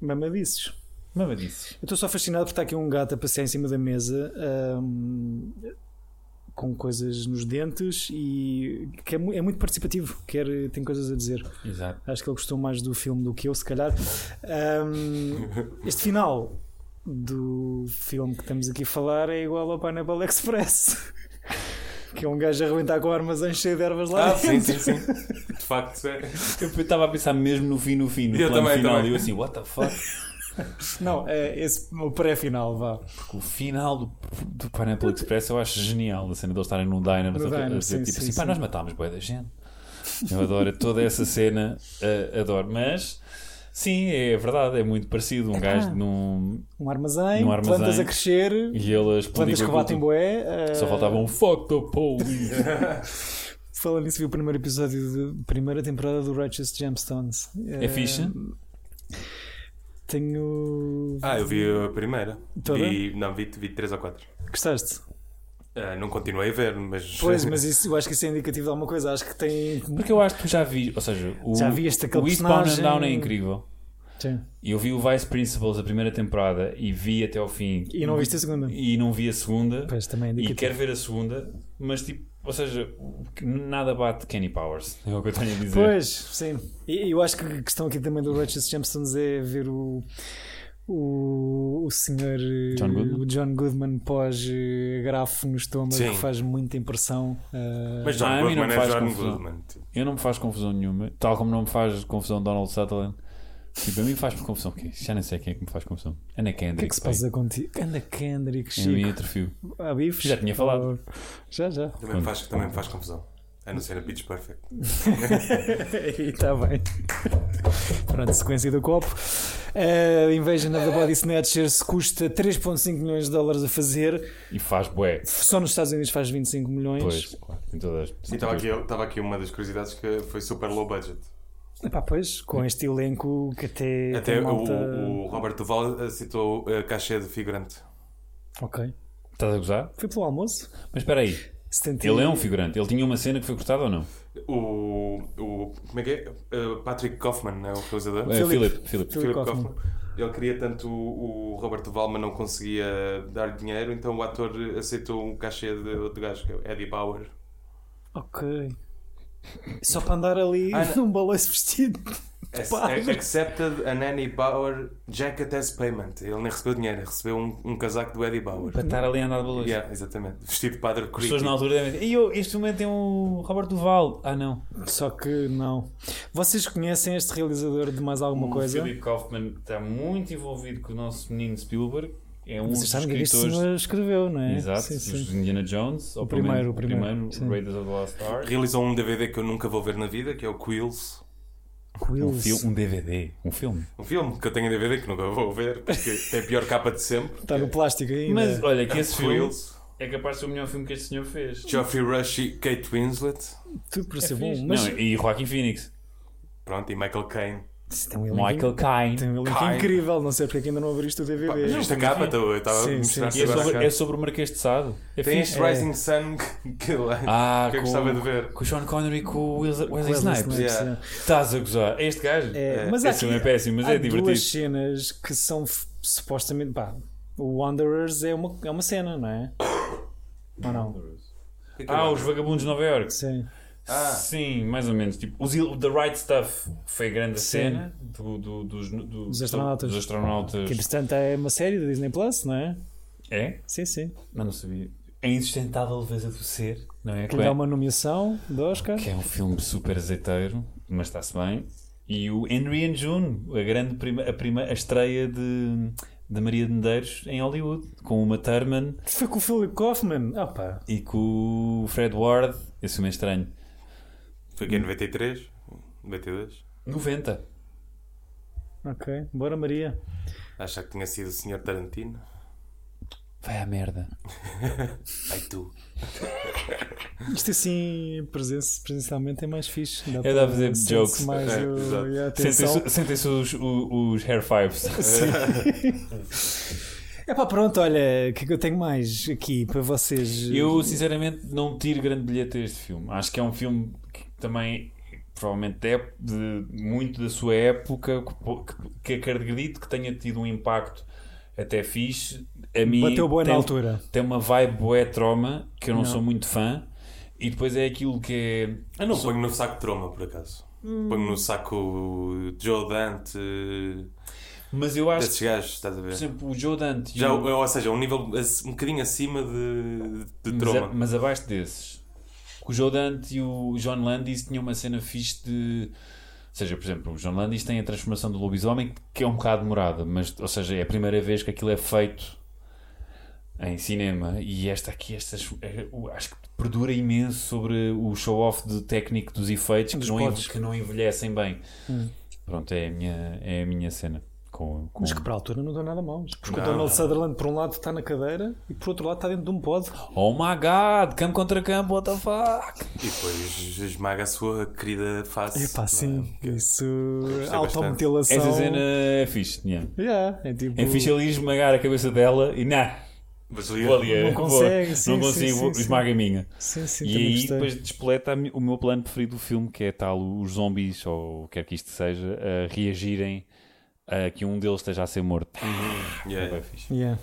Mamadices.
mas disse
Eu estou só fascinado por estar aqui um gato a passear em cima da mesa hum, com coisas nos dentes e que é, mu- é muito participativo, quer, tem coisas a dizer.
exato
Acho que ele gostou mais do filme do que eu, se calhar.
[LAUGHS]
Hum, este final do filme que estamos aqui a falar é igual ao Pineapple Express. [LAUGHS] Que é um gajo a arrebentar com armazém cheio de ervas lá
Ah,
dentro.
sim, sim, sim. De facto, é.
eu estava a pensar mesmo no fim no fim no
Eu
plano
também,
final
também.
e eu assim what the fuck
Não, é esse, o pré-final, vá.
Porque o final do, do Pineapple Express eu acho genial. A cena deles estarem num diner,
No
só que-
diner,
a dizer
sim,
tipo
sim,
assim: pá,
sim.
nós matámos boa da gente. Eu adoro toda essa cena, ah, adoro. Mas, sim, é verdade, é muito parecido. Um gajo num.
Um armazém,
Num armazém.
plantas a crescer,
E ele
plantas
explodir com
que
aquilo
batem
tudo.
boé.
tipo, Só faltava um fuck the police.
Falando nisso, vi o primeiro episódio da primeira temporada do Righteous Gemstones. Eh,
É fixe?
Tenho.
Ah, eu vi a primeira.
Toda?
Vi, não, vi, vi 3 ou 4.
Gostaste?
não continuei a ver, mas.
Pois, mas isso, eu acho que isso é indicativo de alguma coisa. Acho que tem.
Porque eu acho que tu já vi, ou seja, o,
Já vi este aquele
o Eastbound and
personagem.
Down é incrível.
Sim.
Eu vi o Vice Principals a primeira temporada e vi até ao fim.
E não viste a segunda?
E não vi a segunda.
Pois, também é
e
indicativo.
quero ver a segunda, mas tipo, ou seja, nada bate Kenny Powers. [LAUGHS] É o que eu tenho a dizer.
Pois, sim. E eu acho que a questão aqui também do Righteous Gemstones é ver o. O, o senhor eh,
John Goodman?
o John Goodman pós eh, grafo no estômago
Sim.
que faz muita impressão eh,
Mas John
Ah, a mim não
Goodman é
faz
John
confusão.
Goodman. tipo.
Eu não me faz confusão nenhuma, tal como não me faz confusão Donald Sutherland. Tipo, a mim faz-me confusão. quê? Já nem sei quem é que me faz confusão. Ana Kendrick.
O que é que se
pai.
passa contigo? Anda Kendrick,
É a minha
Chico,
atrofio.
há bifes?
Já tinha falado.
Já, já.
Também me faz, também me faz confusão. A não ser a Pitch Perfect.
[LAUGHS] E Está bem. Pronto, sequência do copo. Eh, Invasion of the Body Snatchers custa 3,5 milhões de dólares a fazer.
E faz bué.
Só nos Estados Unidos faz 25 milhões.
Pois, claro. Em todas.
Sim, estava Então, aqui, estava aqui uma das curiosidades que foi super low budget.
Epá, pois, com este elenco que até.
Até
tem malta...
o, o Robert Duval eh, citou a cachê de figurante.
Ok.
é-
Estás a gozar?
Foi pelo almoço?
Mas espera aí.
70
Ele é um figurante. Ele tinha uma cena que foi cortada ou não? É,
O, o. Como é que é? Eh, Patrick Kaufman é o realizador.
É,
Philip.
Philip. Philip.
Philip Kaufman.
Ele queria tanto o, o Robert Duval, mas não conseguia dar dinheiro, então o ator aceitou um cachê de outro gajo, que é o Eddie Bauer.
um-
Ok. Só para andar ali
Ah, não.
num balanço vestido.
Ac-
Pá.
Accepted an Annie Bauer jacket as payment. Ele nem recebeu dinheiro, recebeu um, um casaco do Eddie Bauer.
Para estar ali a andar de balões.
Yeah, exatamente. Vestido de padre
As pessoas
creepy.
na altura devem dizer, "Ei, eu, este momento tem um Roberto Duval. Ah, não.
Só que não. Vocês conhecem este realizador de mais alguma
O
coisa?
Um Philip Kaufman está muito envolvido com o nosso menino Spielberg. É um
Vocês
dos
sabem que este
escritores.
senhor escreveu, não é?
Exato,
Sim, sim.
os Indiana Jones, ou
O
pelo menos
primeiro, o primeiro, sim.
Raiders of the Lost Ark.
Realizou um DVD que eu nunca vou ver na vida, que é o Quills.
Um,
Quills.
fil- um DVD, um filme.
Um filme que eu tenho em DVD que nunca vou ver, porque tem a pior capa de sempre.
Está Tá no plástico ainda.
Mas olha, que
um
esse filme
Quills.
é capaz de ser o melhor filme que este senhor fez.
Geoffrey Rush e Kate Winslet.
tudo para
É
ser bom.
fixe.
Mas
Não, e Joaquin Phoenix,
Pronto, e Michael Caine.
Isso tem um elenco,
Michael
tem
Caine.
um elenco
Caine.
incrível. Não sei porque é que ainda não abriste o
Pá,
DVD.
mas viste a capa? Eu estava a
Sim,
mostrar
E é
sim.
agora a
sobre,
capa.
é sobre o Marquês de Sade. É
Tem
fixe.
este Rising Sun [LAUGHS] que, que, lá-
Ah,
que eu
com-
gostava de ver.
Com o Sean Connery e com o Wesley, Wesley
Wesley
Snipes.
Snipes,
Yeah.
Estás a gozar. É este gajo?
é. É, Mas há
Esse filme é
aqui-
péssimo, mas
há
é divertido.
duas cenas que são f- supostamente. Pá, o Wanderers é uma, é uma cena, não é? Ou não?
é
Ah, os Vagabundos de Nova York.
Sim.
Ah.
Sim, mais ou menos. Tipo, os Il- The Right Stuff foi a grande
Sim.
cena do- do- dos, do-
Dos astronautas.
dos astronautas.
Que entretanto é uma série da Disney Plus, não é?
É?
Sim, sim.
Mas não sabia. É insustentável a leveza do ser, não é?
Que lhe dá uma nomeação do Oscar.
Que é um filme super azeiteiro, mas está-se bem. E o Henry and June, a grande prima, a, prima, a estreia de, de Maria de Medeiros em Hollywood, com uma Thurman
Foi com o Philip Kaufman. Ah, pá.
e com o Fred Ward. Esse filme é estranho.
Foi aqui em 93? 92?
90.
Ok. Bora, Maria.
Achar que tinha sido o Sr. Tarantino?
Vai à merda.
Ai tu.
Isto assim, presença, presencialmente, é mais fixe. Dá
dá para fazer
sente-se
jokes.
Mais
É,
o-
exato.
e a atenção.
Sentem-se sentem-se os, o- os hair
[LAUGHS]
fives.
É pá, pronto, olha, o que é que eu tenho mais aqui para vocês?
Eu sinceramente não tiro grande bilhete a este filme. Acho que é um filme que também provavelmente é de, muito da sua época que, que acredito que tenha tido um impacto até fixe. A mim
Bateu boa na
tem-
altura.
Tem uma vibe boé troma que eu não,
Não.
sou muito fã. E depois é aquilo que é.
Eu não ponho no saco de troma, por acaso.
Hum.
Ponho no saco Joe Dante,
Mas eu acho
desses
que,
gajos, estás a
por
ver?
exemplo, o Joe Dante. e
Já,
o-
ou seja, um nível ac- um bocadinho acima de,
Mas, a-
de
é-
troma.
mas abaixo desses, o Joe Dante e o John Landis tinham uma cena fixe de. seja, por exemplo, o John Landis tem a transformação do lobisomem que é um bocado demorada, mas, ou seja, é a primeira vez que aquilo é feito em cinema e esta aqui, estas, eh, o- acho que perdura imenso sobre o show-off de técnico dos efeitos que
Dos
não, enve-
potes.
que não envelhecem bem.
Hum.
Pronto, é a minha, é a minha cena. Com, com...
Mas que para a altura não deu nada mal. Porque
Não,
o Donald
não.
Sutherland, por um lado, está na cadeira e por outro lado está dentro de um pod.
Oh my god, campo contra campo, what the fuck?
E depois esmaga a sua querida face.
Epá, sim, isso.
é? bastante.
Automutilação.
Essa cena é fixe, tinha.
Yeah, é tipo.
É fixe ele ir esmagar a cabeça dela e nah,
Mas
vou ali,
ali
eh,
Não
vou-
consegue, sim,
não
sim,
consigo,
sim,
vou-
sim.
esmaga a minha.
Sim, sim,
e
também
aí
gostei.
depois despoleta a mi- o meu plano preferido do filme, que é tal os zombies, ou o que quer que isto seja, a reagirem a que um deles esteja a ser morto. É bem
Yeah.
fixe.
Yeah.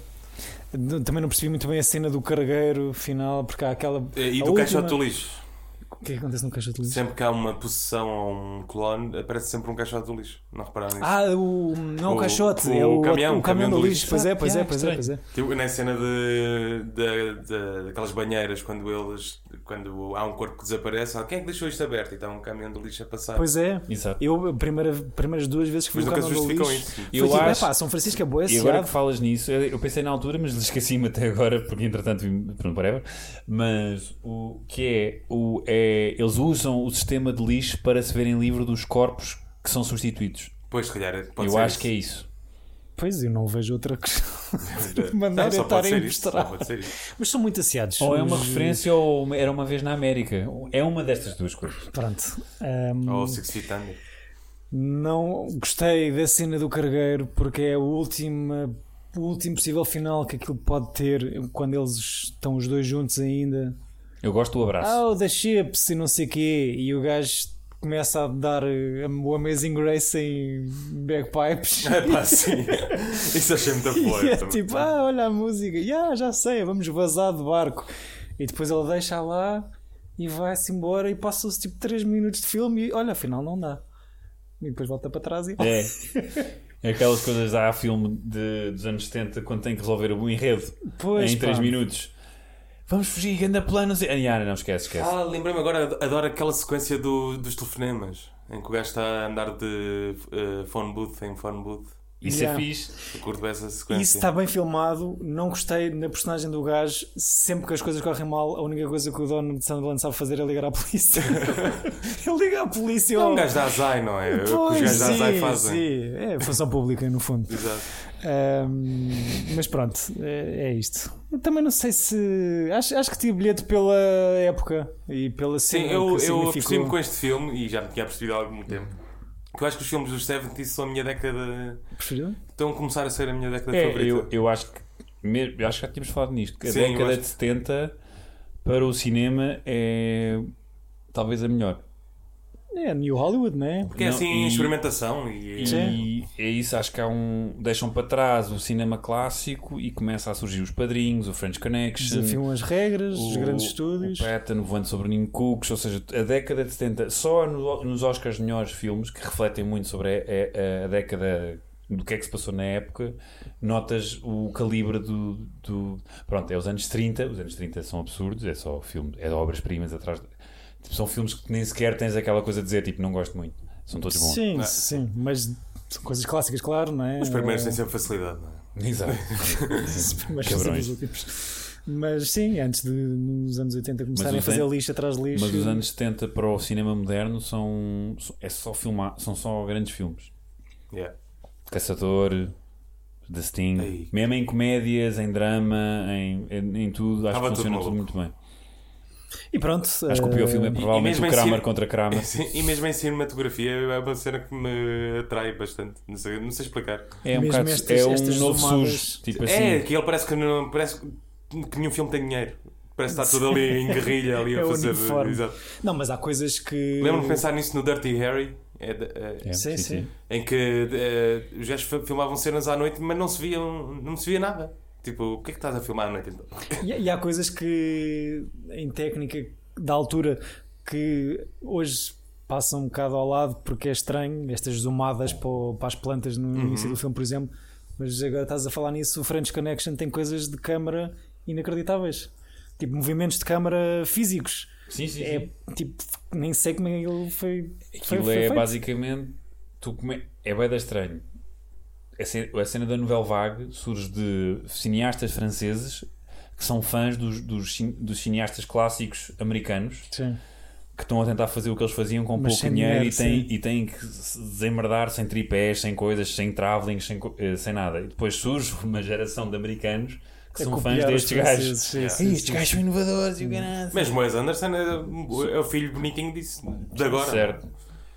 N- Também não percebi muito bem a cena do cargueiro final, porque há aquela.
É, E
a
do
última-
caixote do lixo.
O que é que acontece no caixote de lixo?
Sempre que há uma possessão ou um clone, aparece sempre um caixote do lixo. Não repararam nisso?
Ah, o. Não o,
O-
caixote,
o
é o,
caminhão,
o caminhão do lixo. Pois é, pois
Ah,
é, pois é, pois é.
Tipo, na cena de, de- de- daquelas banheiras, quando eles quando há um corpo que desaparece, ah, quem é que deixou isto aberto? E está um caminhão de lixo a passar.
Pois é.
Exato.
Eu, a primeira, primeiras duas vezes que fui
Mas
ao
nunca
caminhão do
justificam
lixo.
isso.
foi
Eu
tipo,
acho-
"Epá, São Francisco é boa,
E agora que falas nisso, eu eu pensei na altura, mas esqueci-me até agora, porque entretanto vi- pronto, whatever. Mas o que é, o, é. Eles usam o sistema de lixo para se verem livre dos corpos que são substituídos.
Pois, se calhar, pode
eu
ser
acho
isso.
que é isso.
Pois, eu não vejo outra questão.
De
maneira
só
[LAUGHS] de
pode
estarem
ser isso,
mostrado.
só pode ser isso.
Mas são muito aciados.
Ou é uma
Os-
referência, ou uma- era uma vez na América. É uma destas duas coisas.
Pronto. Ahm,
Ou o Six Feet Under.
[LAUGHS] Não gostei da cena do cargueiro porque é o último, o último possível final que aquilo pode ter quando eles estão os dois juntos ainda.
Eu gosto do abraço.
Oh, the chips e não sei quê. E o gajo começa a dar eh, o Amazing Grace em
[LAUGHS]
bagpipes.
Epá, sim. Isso achei muito
[LAUGHS] E
apoio.
é tipo, ah, olha a música, "Ya, já sei, vamos vazar de barco. E depois ele deixa lá e vai-se embora e passam-se tipo 3 minutos de filme e olha, afinal não dá. E depois volta para trás e.
É. É Aquelas coisas há filme de, dos anos 70 quando tem que resolver o enredo
Pois,
em 3
pá.
minutos. Vamos fugir, anda plano. não sei- Ah, não, não esquece, esquece.
Ah, lembrei-me agora, adoro aquela sequência do- dos telefonemas. Em que o gajo está a andar de eh, phone booth em phone booth.
Isso
Yeah.
é fixe.
Eu curto bem essa
E
sequência.
Isso tá está bem filmado, não gostei na personagem do gajo. Sempre que as coisas correm mal, a única coisa que o dono de Sunderland sabe fazer é ligar à
[LAUGHS]
polícia. Ele liga à polícia.
É um
ao-
gajo da Azai, não é? O que os
Pois,
gajos da Azai
sim,
fazem.
sim. É função pública, no fundo.
Exato.
Ahm, mas pronto, é, é isto. Eu também não sei se. Acho, acho que tinha bilhete pela época e pela
Sim,
cena
eu,
que
eu
significou.
apercebi-me com este filme e já me tinha percebido há algum tempo. Que eu acho que os filmes dos 70 são a minha década.
Preferido?
Estão a começar a ser a minha década
É,
favorita.
eu, eu acho que mesmo, eu acho que já tínhamos falado nisto. que A
Sim, eu
década
acho-
de 70 para o cinema é talvez a melhor.
É, New Hollywood, não é?
Porque é
Não,
assim,
e-
experimentação e.
E é isso, acho que há um. Deixam para trás o cinema clássico e começa a surgir os padrinhos, o French Connection.
Desafiam as regras, os
o-
um grandes estúdios.
O Patton, o Voando sobre o Ninho de Cucos, ou seja, a década de 70, só no- nos Oscars de melhores filmes, que refletem muito sobre a, a- a década do que é que se passou na época, notas o calibre do, do- Pronto, é os anos 30, os anos 30 são absurdos, é só filme, é obras-primas atrás. de- tipo, são filmes que nem sequer tens aquela coisa de dizer, tipo, não gosto muito, são todos bons.
Sim,
Ah.
sim, mas são coisas clássicas, claro, não é?
Os primeiros
Eh,
têm sempre facilidade, não
[LAUGHS]
é?
Exato.
os primeiros são sempre os
Cabrões.
últimos. Mas sim, antes de nos anos 80 começarem a
os
fazer
an-
lixo atrás de lixo.
Mas os anos 70 para o cinema moderno são, é só filmar, são só grandes filmes.
Yeah. [LAUGHS]
Caçador, The Sting,
Ei.
mesmo em comédias, em drama, em, em, em tudo, acho
Estava
que
tudo
funciona tudo muito bem.
E pronto. eh,
Acho que o pior filme é provavelmente
mesmo assim-
o
em
Kramer
cine-
contra Kramer.
[LAUGHS] Sim, E mesmo em cinematografia é uma cena que me atrai bastante. Não sei, não sei explicar.
É um,
Mesmo
bocado,
estas-
é um
estas
novo
zoomadas-
sujo. Tipo assim,
É, que ele parece que, não, parece que nenhum filme tem dinheiro. Parece que está tudo ali em guerrilha, ali a
É
fazer.
uniforme.
Exato.
Não, mas há coisas que.
Lembro-me de pensar nisso no Dirty Harry. É de- é-
É,
Sim, sim.
em que eh, os gajos fi- filmavam cenas à noite, mas não se viam, não se via nada. Tipo, o que é que estás a filmar à noite então? [LAUGHS]
E, e há coisas que, em técnica da altura, que hoje passam um bocado ao lado porque é estranho, estas zoomadas para, o- para as plantas no
Uhum.
início do filme, por exemplo. Mas agora estás a falar nisso, o French Connection tem coisas de câmara inacreditáveis, tipo movimentos de câmara físicos.
Sim, sim,
É
sim.
tipo, nem sei como é que ele foi. foi-
Uhum. Aquilo
foi
é
feito.
basicamente. Tu come... É bem da estranho. A ce- a cena da novela Vague surge de cineastas franceses que são fãs dos, dos, cin- dos cineastas clássicos americanos
Sim.
que estão a tentar fazer o que eles faziam com
Mas
pouco
sem
dinheiro,
dinheiro,
e, têm,
sim.
e têm que se desemmerdar sem tripés, sem coisas, sem travelling, sem, co- eh, sem nada. E depois surge [LAUGHS] uma geração de americanos que
A
são
É copiar
fãs
os
destes
franceses, Hum.
gajos.
sim,
"Ei,
sim, sim.
estes gajos são inovadores e o caralho.
Mesmo o Wes Anderson é, é o filho bonitinho disso, de agora.
Certo.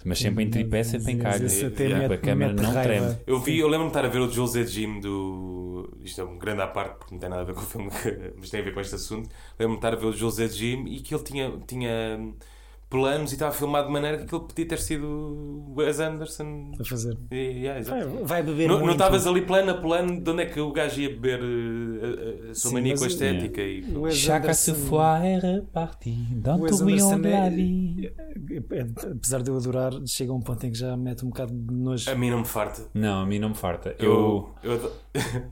Mas sempre em tripé, sempre em calho.
Esse até
E,
mete-
tipo, a câmera
mete
não
raiva.
treme.
Eu, vi, eu lembro-me de estar a ver o Jules et Jim do. Isto é um grande à parte, porque não tem nada a ver com o filme, que- mas tem a ver com este assunto. Lembro-me de estar a ver o Jules et Jim e que ele tinha, tinha planos e estava filmado de maneira que aquilo podia ter sido o Wes Anderson.
A fazer. Ah, é
E- yeah, exato.
Vai beber
Não-
muito.
Não estavas ali plano a plano de onde é que o gajo ia beber eh, a, a- a sua
Sim,
mania
mas
com a
o-
estética
O
e.
Wes
Chaka se
Anderson-
foi é repartir.
O
Don't
Wes
to be
Anderson
on the
é-
line.
é- é- apesar de eu adorar, chega a um ponto em que já mete um bocado de nojo.
A mim não me farta.
Não, a mim não me farta. Eu.
Eu. eu ado- [LAUGHS]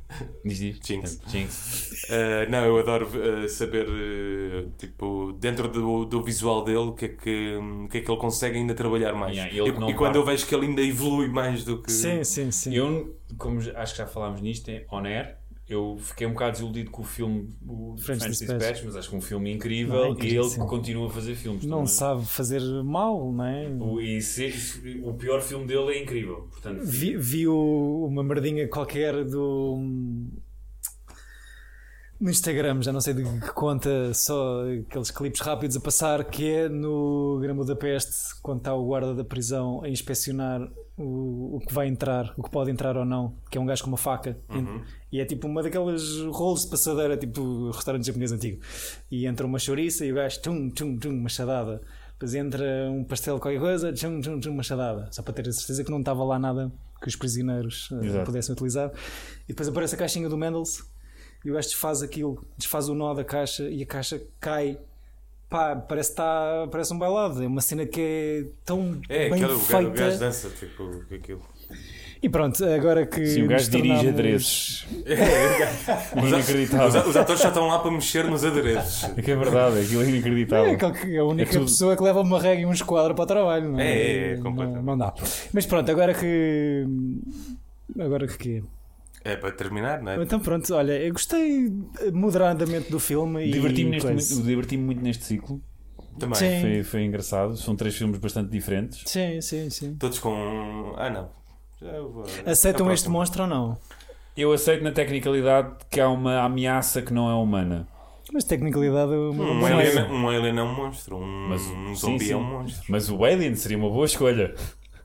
Diz, diz.
Jinx.
Jinx.
Eh, não, eu adoro eh, saber, eh, tipo, dentro do, do visual dele, o que, é que, hum, o que é que ele consegue ainda trabalhar mais.
Yeah, ele
e
que não
e quando
para.
eu vejo que ele ainda evolui mais do que.
Sim, sim, sim.
Eu, como já- acho que já falámos nisto, em On Air, eu fiquei um bocado desiludido com o filme o
French
French
Dispatch.
Dispatch, mas acho que é um filme
Não, é
incrível e
incrível,
ele
sim.
continua a fazer filmes.
Não
também.
sabe fazer mal, não é?
O, e se- se- o pior filme dele é incrível. Portanto,
Vi, vi o- uma merdinha qualquer do. No Instagram, já não sei de que conta, só aqueles clipes rápidos a passar, que é no Gran Budapeste, quando está o guarda da prisão a inspecionar o, o que vai entrar, o que pode entrar ou não, que é um gajo com uma faca. E, e é tipo uma daquelas rolos de passadeira, tipo restaurante japonês antigo. E entra uma chouriça e o gajo, tum, tum, tum, machadada. Depois entra um pastel de qualquer coisa, tchum, tchum, tchum, machadada. Só para ter a certeza que não estava lá nada que os prisioneiros eh,
Exato.
pudessem utilizar. E depois aparece a caixinha do Mendels e o gajo desfaz aquilo, desfaz o nó da caixa e a caixa cai. Pá, parece, que tá, parece um bailado. É uma cena que é tão
É,
bem
aquele o gajo,
feita.
o gajo dança, tipo, com aquilo.
E pronto, agora que.
Sim, o
nos
gajo dirige
tornámos-
adereços.
É
Os a-
é Inacreditável.
Os, a- os atores já estão lá para mexer nos adereços.
[LAUGHS] É que é verdade, aquilo é
É,
inacreditável.
aquele que é a única
É tudo.
pessoa que leva uma regra e um esquadro para o trabalho. Não
É, é, é,
Não-
completamente.
Não dá. Mas pronto, agora que. Agora que quê?
É para terminar, não é?
Então pronto, olha, eu gostei moderadamente do filme.
Diverti-me
e
neste
coisa.
muito- diverti-me muito neste ciclo.
Também.
Sim.
Foi, foi engraçado. São três filmes bastante diferentes.
Sim, sim, sim.
Todos com. Ah, não. Já vou-
Aceitam
a
este
próxima.
monstro ou não?
Eu aceito na tecnicalidade que há uma ameaça que não é humana.
Mas tecnicalidade.
Um alien, um alien é um monstro, um,
Mas- sim,
um zumbi
sim.
é um monstro.
Mas o Alien seria uma boa escolha.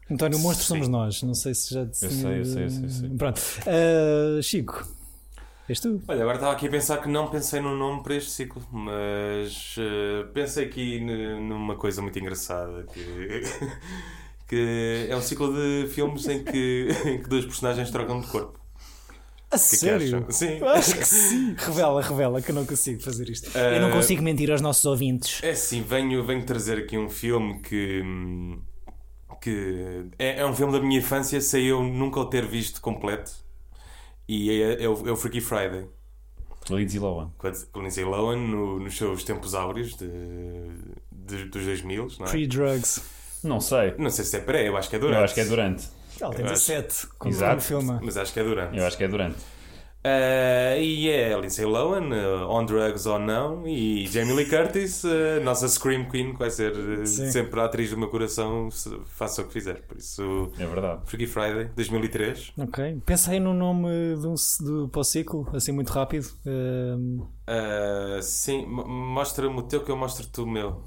António, o monstro
Sim.
somos nós. Não sei se já disse.
sei, eu sei, eu sei, eu sei.
Pronto. Ah, Chico, és tu?
Olha, agora estava aqui a pensar que não pensei num nome para este ciclo, mas eh, pensei aqui n- numa coisa muito engraçada que, [LAUGHS] que é um ciclo de filmes em que, [LAUGHS] em que dois personagens trocam de corpo.
A
O que é que
sério?
acham? Sim.
Eu Acho que sim. Revela, revela que eu não consigo fazer isto.
Eh,
Eu não consigo mentir aos nossos ouvintes.
É sim, venho, venho trazer aqui um filme que. hum, que é, é um filme da minha infância sem eu nunca o ter visto completo. E é, é o, é o Freaky Friday.
Lindsay Lohan.
com a com a Lindsay Lohan no, nos seus tempos áureos de, de- dos 2000, não é?
Pre-drugs.
Não sei.
Não sei se é pré, eu acho que é durante.
Eu acho que é durante.
Ela tem
Eu acho-
17 quando
Exato.
quando filma.
Mas acho que é durante.
Eu acho que é durante.
Ah, e é a Lindsay Lohan, eh, on drugs ou não, e Jamie Lee Curtis, eh, nossa Scream Queen, que vai ser eh,
Sim.
sempre a atriz do meu coração, se- faça o que fizer. Por isso,
É verdade.
Freaky Friday, 2003.
Ok. Pensei no nome de um, c- do, para o ciclo, assim muito rápido. Ahm,
Ah, sim, mo- mostra-me o teu que eu mostro-te o meu.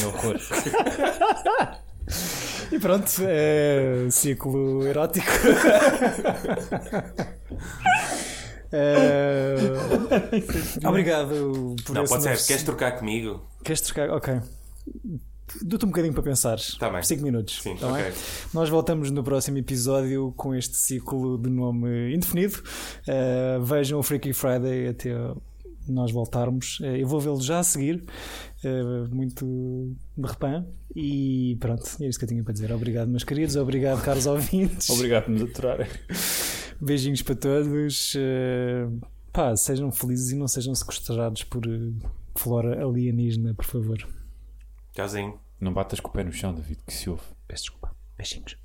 Meu horror.
e pronto, é, ciclo erótico. Eh, obrigado por
Não,
esse
pode ser,
novo-
queres trocar comigo?
Queres trocar? Ok. Dou-te um bocadinho para pensar.
Tá bem.
5 minutos.
Sim,
tá
ok.
bem? Nós voltamos no próximo episódio com este ciclo de nome indefinido. Uh, vejam o Freaky Friday até nós voltarmos. Uh, eu vou vê-lo já a seguir, uh, muito de repã. E pronto, é isso que eu tinha para dizer. Obrigado, meus queridos. Obrigado, caros ouvintes.
[LAUGHS] Obrigado por nos aturar.
Beijinhos para todos. Uh, pá, sejam felizes e não sejam sequestrados eh, por uh, flora alienígena, por favor.
Tchauzinho.
Não batas com o pé no chão, David, que se ouve.
Peço desculpa. Beijinhos.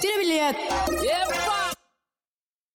Tira bilhete. Epa!